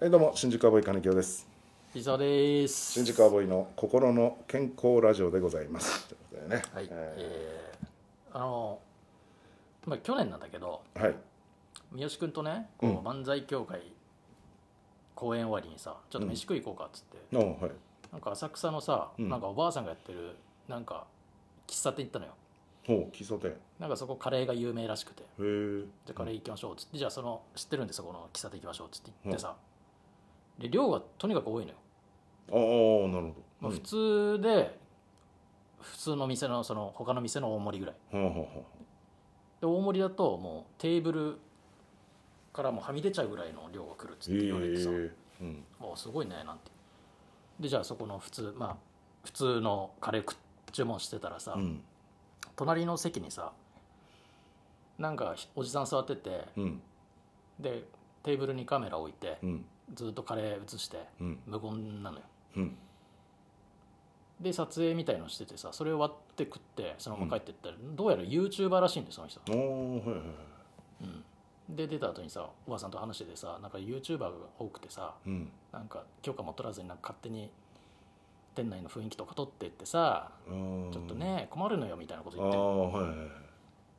えーどうも新宿アボイ金城ですピザです。新宿アボイの心の健康ラジオでございますということでねはい。ええーあのまあ去年なんだけど、ーはい三好君とね、こううん漫才協会公演終わりにさ、ちょっと飯食い行こうかっつって、おーはいなんか浅草のさ、うんなんかおばあさんがやってるなんか喫茶店行ったのよ。ほう喫茶店へなんかそこカレーが有名らしくて、えじゃあカレー行きましょうっつって、じゃあその知ってるんでそこの喫茶店行きましょうっつって行ってさ、で量がとにかく多いのよ。ああーなるほどまあ、うん普通で、普通の店のその他の店の大盛りぐらい。はあはあはで大盛りだともうテーブルからもうはみ出ちゃうぐらいの量が来るっつえって言われてさ、ーうんもうすごいねなんてでじゃあそこの普通まあ普通のカレー食注文してたらさ、うん隣の席にさなんかおじさん座っててうんでテーブルにカメラ置いてうんずっとカレー映してうん無言なのようんで撮影みたいのしててさそれを割って食ってそのまま帰ってったら、どうやら YouTuber らしいんだよその人おおはいはいはいで出た後にさおばさんと話しててさなんか YouTuber が多くてさうんなんか許可も取らずになんか勝手に店内の雰囲気とか取ってってさあーちょっとね困るのよみたいなことあ言ってあはいはいは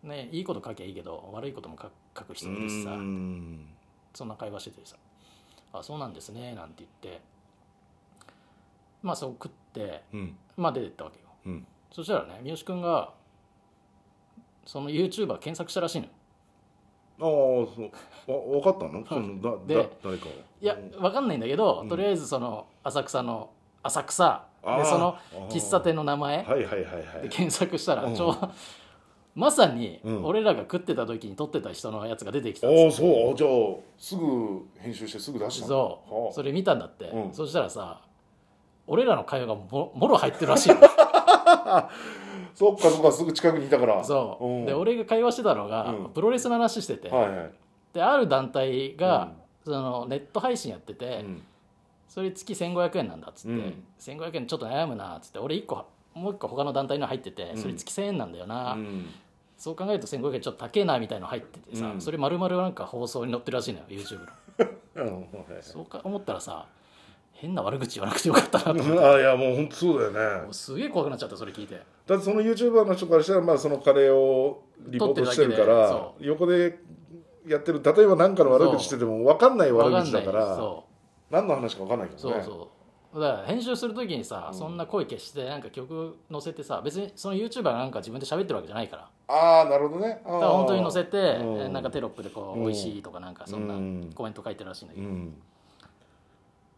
いねいいこと書きゃいいけど悪いことも書書く人うもいるしさーんそんな会話しててさ「あそうなんですね」なんて言ってまあそう食ってうんまあ出てったわけようんそしたらね三好君がその YouTuber 検索したらしいのよああそうわ分かったのそのだだで誰かをいやわかんないんだけど、とりあえずその浅草の浅草あーでそのあー喫茶店の名は前いはいはいはでい検索したらうんちょう、まさにうん俺らが食ってた時に撮ってた人のやつが出てきたんああですよそうあじゃあすぐ編集してすぐ出したのそう、はあそれ見たんだって、うんそしたらさ俺らの会話がももろ入ってるらしい のそっかそっかすぐ近くにいたからそう、んで俺が会話してたのが、うんプロレスの話してて、はいはいである団体が、そのネット配信やってて、うんそれ月1500円なんだっつって、うん1500円ちょっと悩むなっつって俺1個もう1個他の団体の入ってて、うんそれ月1000円なんだよな、うんそう考えると1500円ちょっと高えなみたいの入っててさ、うんそれ丸々なんか放送に載ってるらしいのよ YouTube うのんそうか思ったらさ変な悪口言わなくてよかったなと思っああいやもう本当そうだよてねもうすげえ怖くなっちゃったそれ聞いてだってその YouTuber の人からしたらまあそのカレーをリポートしてるから撮っ横でやってる例えば何かの悪口してても分かんないわ悪口だかんないらそ何の話か分かんないけうどそうねそうだから編集するときにさ、うんそんな声消してなんか曲載せてさ別にその YouTuber がなんか自分で喋ってるわけじゃないからああなるほどねあだあから本当に載せてうんえなんかテロップでこううん美味しいとかなんかそんうんなコメント書いてるらしいんだけうど、ん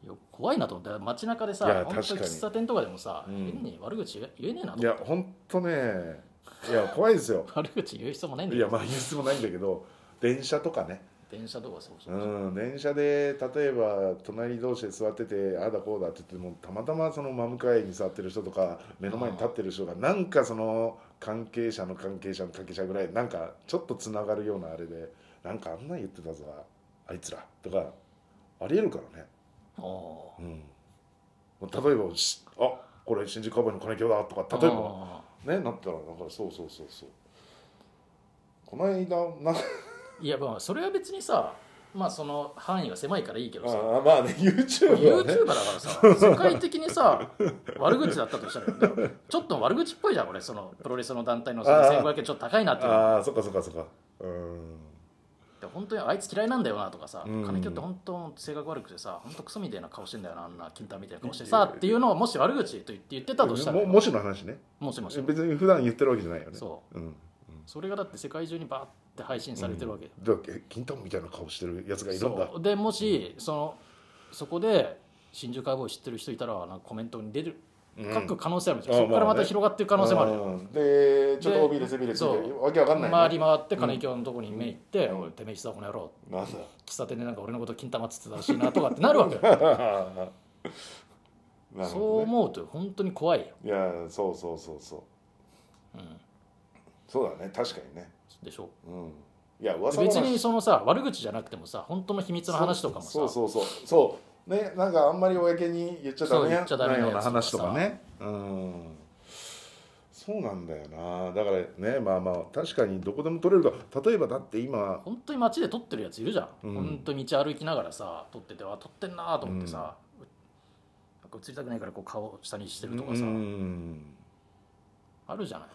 いや怖いなと思って街中でさいや本当確かに喫茶店とかでもさ、うん変に悪口言え言えねえなとい思やって本当ねいや怖いですよ悪口言う人もないんだいけやどまあ言う必要もないんだけど電車とかね電車とかそうそう、うん、電車で例えば隣同士で座っててああだこうだって言ってもたまたまその真向かいに座ってる人とか目の前に立ってる人がなんかその関係者の関係者の関係者ぐらいなんかちょっとつながるようなあれでなんかあんなん言ってたぞあいつらとかありえるからね、おうーん、例えばしあこれ新宿カバーの金京だとか例えばあねなったらだからそうそうそうそうこの間なんかーいやまあそれは別にさまあその範囲が狭いからいいけどさあまあね YouTube はね YouTuber だから さ世界的にさ悪口だったとしたらでもちょっと悪口っぽいじゃん俺そのプロレスの団体のそのあー1500円ちょっと高いなっていうのああそっかそっかそっかうんで本当にあいつ嫌いなんだよなとかさうん金京って本当性格悪くてさ本当クソみたいな顔してんだよなあんな金太みたいな顔してさっていうのをもし悪口と言って言ってたとしたらももしの話ねもしもし別に普段言ってるわけじゃないよね、そうん、それがだって世界中にバーって配信されてるわけだからえ金玉みたいな顔してるやつがいるんだそうでもしそのそこで新宿アイボーイ知ってる人いたらなんかコメントに出るうん書く可能性あるじゃん、あそこからまあまねた広がっていく可能性もあるじゃん、うんでちょっと帯で背びれついそてうわけわかんない、ね、回り回って金京のとこに目行って「うんおいてめえ久この野郎なんだ 喫茶店でなんか俺のこと金玉っつってたらしいな」とかってなるわけよなるそほど、うね、思うと本当に怖いよいやそうそうそうそう、そうだね確かにねでしょうんいや噂話別にそのさ悪口じゃなくてもさ本当の秘密の話とかもさそうそうそうそうそうねなんかあんまり公に言っちゃダそうメ言っちゃダメななようやつとかなさ話とかねうんそうなんだよなだからねまあまあ確かにどこでも撮れると例えばだって今本当に街で撮ってるやついるじゃん、うん本当に道歩きながらさ撮っててあ撮ってんなと思ってさ、なんか映りたくないからこう顔を下にしてるとかさ、うんあるじゃない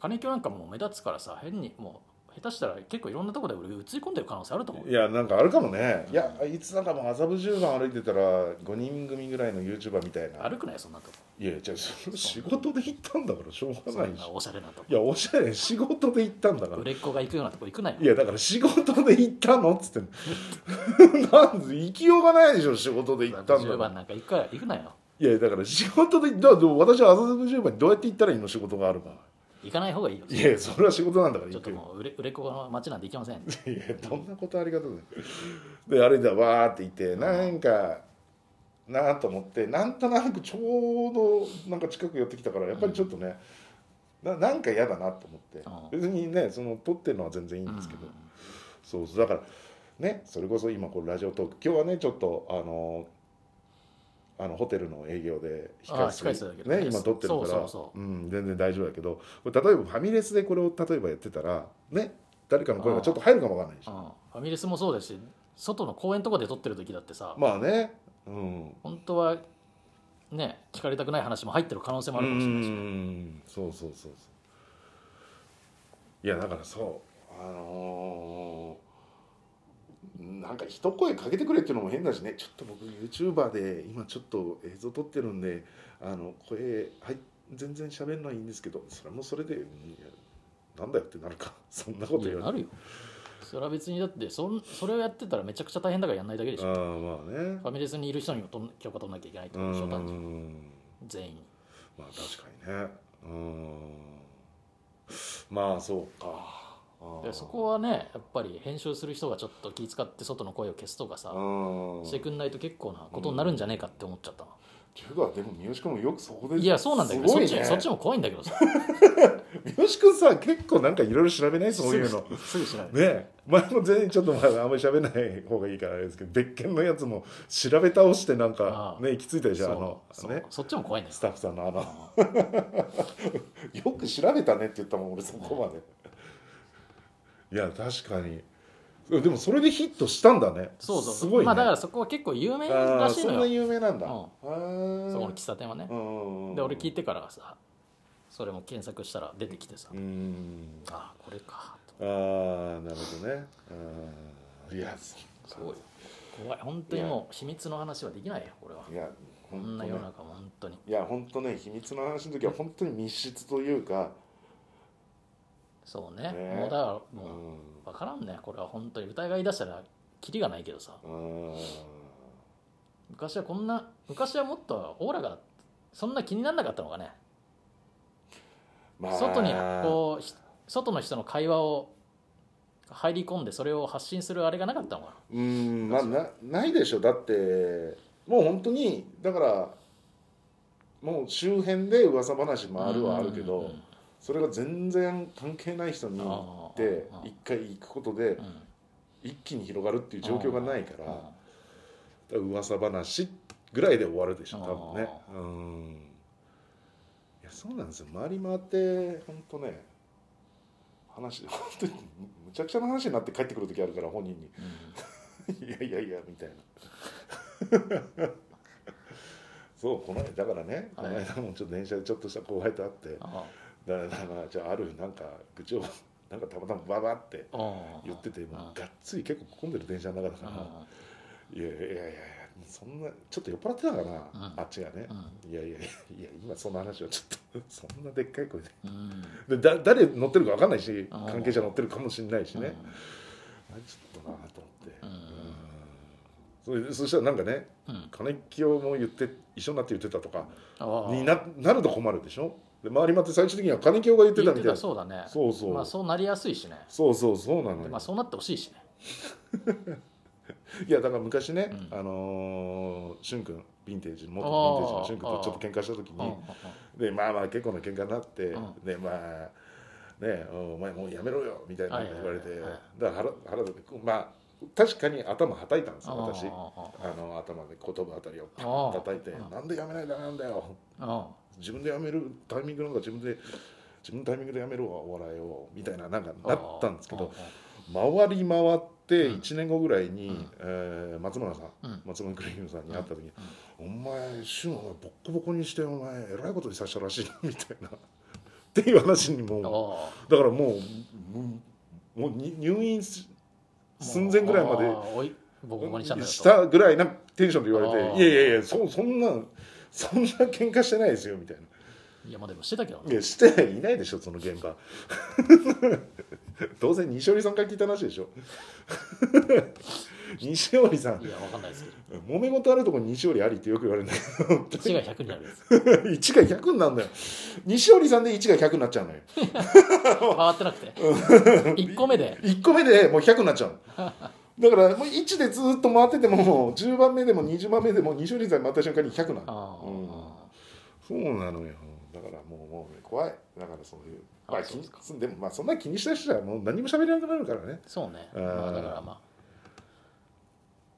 金京なんかもう目立つからさ変にもう下手したら結構いろんなとこで俺映り込んでる可能性あると思ういやなんかあるかもねいやいつなんかもう麻布十番歩いてたら5人組ぐらいの YouTuber みたいな歩くなよそんなとこいやじゃあそれ仕事で行ったんだからしょうそがなんいしなおしゃれなとこいやおしゃれ仕事で行ったんだから売れっ子が行くようなとこ行くなよいやだから仕事で行ったのっつってんの なんで行きようがないでしょ仕事で行ったんだ10から番なんか行くから行くなよいやだから仕事でだからでも私は麻布十番にどうやって行ったらいいの仕事があるか行かない方がいいよいやそれは仕事なんだからちょ行くっとよもう売れ売れっ子の街なんて行きませんいやどんなことありがとうだよで歩いたらわーって行ってなんかなあと思ってなんとなくちょうどなんか近く寄ってきたからやっぱりちょっとね、ななんか嫌だなと思ってう別にねその撮ってるのは全然いいんですけど、うんそうそうだからねそれこそ今これラジオトーク今日はねちょっとあのあのホテルの営業でああ控え室控え室だけどねね今撮ってるからそうそうそうん、全然大丈夫だけどこれ例えばファミレスでこれを例えばやってたらね誰かの声がちょっと入るかもわかんないしうんファミレスもそうですし外の公園とかで撮ってる時だってさ、まあねうん本当はね聞かれたくない話も入ってる可能性もうあるかもしれないし、んそうそうそうそういやだからそうあのーなんか一声かけてくれっていうのも変だしねちょっと僕 YouTuber で今ちょっと映像撮ってるんであの声はい全然喋んないんですけどそれもそれで、うんいやなんだよってなるかそんなことい言やわれて なるよそれは別にだってそんそれをやってたらめちゃくちゃ大変だからやんないだけでしあょあまあねファミレスにいる人にもとん許可取んなきゃいけないってうことでしょ単純にん全員にまあ確かにねうんまあそうかあーでそこはねやっぱり編集する人がちょっと気遣って外の声を消すとかさうんしてくんないと結構なことになるんじゃねえかって思っちゃったなていうかでも三好君もよくそこでいやそうなんだけど、すごそいっねちそっちも怖いんだけどさ三好君さ結構なんかいろいろ調べない そういうのね すぐすぐしないえ前も全員ちょっとまああんまり喋らない方がいいからあれですけど別件のやつも調べ倒してなんかああね行き着いたでしょあのそうそうねそっちも怖いんだよスタッフさんのあの よく調べたねって言ったもん俺そこまでいや確かにでもそれでヒットしたんだねそうそうすごいね、まあだからそこは結構有名あらあしいそんのなよ有名なんだ、うんへえそこの喫茶店はねうんうんで俺聞いいてからさそれも検索したら出てきてさ、うんああこれかとああなるほどねうんいやすすごい怖い本当にもう秘密の話はできないよ俺はいやこほんんなと世ねの中も本当にいや本当ね秘密の話の時は本当に密室というか、そうねねもうだからうもんう分からんねこれは本当に疑い出したらキリがないけどさうん昔はこんな昔はもっとオーラがそんな気にならなかったのかねま外にこうひ外の人の会話を入り込んでそれを発信するあれがなかったのかううんまあなないでしょだってもう本当にだからもう周辺で噂話なもあるはあるけど、うんうんそれが全然関係ない人に行ってあー一回行くことでうん一気に広がるっていう状況がないから、うんだから噂話ぐらいで終わるでしょ多分ねあうんいやそうなんですよ回り回って本当ね話本当にむちゃくちゃな話になって帰ってくる時あるから本人に 「うんいやいやいや」みたいな そうこの間だからねこのはい間もちょっと電車でちょっとした後輩と会ってあだからだからじゃああるなんか愚痴をなんかたまたまババってあうん言っててもうあがっつり結構混んでる電車の中だうから。んいやいやいやいやそんなちょっと酔っ払ってたからな、うんあっちがねう、んいやいやいや今そんな話はちょっとそんなでっかい声でうんでだ誰乗ってるか分かんないしあー関係者乗ってるかもしれないしね、うんあちょっとなと思ってうん、うんそれそしたらなんかねうん、金清も言って一緒になって言ってたとかああにななると困るでしょで周り回って最終的には金清が言ってたみたい言なってそうだねそうそうまあ、そうなりやすいしねそうそうそうなのでよ、まあ、そうなってほしいしねいやだから昔ね、うんあのー、俊君ヴィンテージ元あーヴィンテージの俊君とちょっと喧嘩した時うんうんにでまあまあ結構な喧嘩になって、うんでまあねお前もうやめろよみたいなこと言われて、はいはいはいはいだから腹腹立ってまあ確かに頭はたいたんですよ私ああの頭で言葉あたりをパあッあ叩いてあ「あなんでやめないんだなんだよああ自分でやめるタイミングなんか自分で自分のタイミングでやめるわお笑いを」みたいななんかあなったんですけどああ回り回ってうん1年後ぐらいに、うんえー松村さんうん松村クリームさんに会った時に「お前シュンお前ボッコボコにしてお前えらいことにさせたらしいな」みたいな っていう話にもああうだからもうもうもうに入院し寸前ぐらいまでああおいボコボコにしたんだよとしたぐらいなテンションで言わあれーて「いやいやいやそそんなそんな喧嘩してないですよ」みたいな。いやまあでもしてたけどいやしていないでしょその現場 当然西織さんから聞いた話でしょ 西織さんいやわかんないですけ揉め事あるとこに西織ありってよく言われるんだど1が100になる やつけど1が100になるんだよ西織さんで1が100になっちゃうのよ変わってなくて1 個目で1個目でもう100になっちゃうのだからもう1でずっと回っててももう10番目でも20番目でも西織さんに回った瞬間に100なのああうんそうなのよだからもうもう怖いだからそういうまああ気そうでにすかでもまあそんな気にした人はもう何も喋れなくなるからねそうね、うんまあ、だからまあ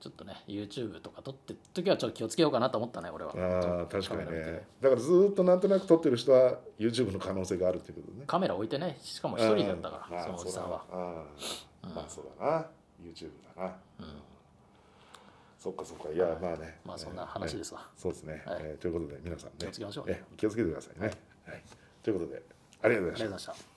ちょっとね YouTube とか撮ってる時はちょっと気をつけようかなと思ったね俺はああ確かカにメラ見てねだからずーっとなんとなく撮ってる人は YouTube の可能性があるっていうことねカメラ置いてねしかも一人だったから、うんそのおじさんは、まあそうんうだなああまあそうだな YouTube だなうんそっかそっかいやまあねまあそんな話ですすわ、そうですねはいえーということで皆さんね気をつけましょうえ気をつけてくださいねはいということでありがとうございまあしりたがとうございました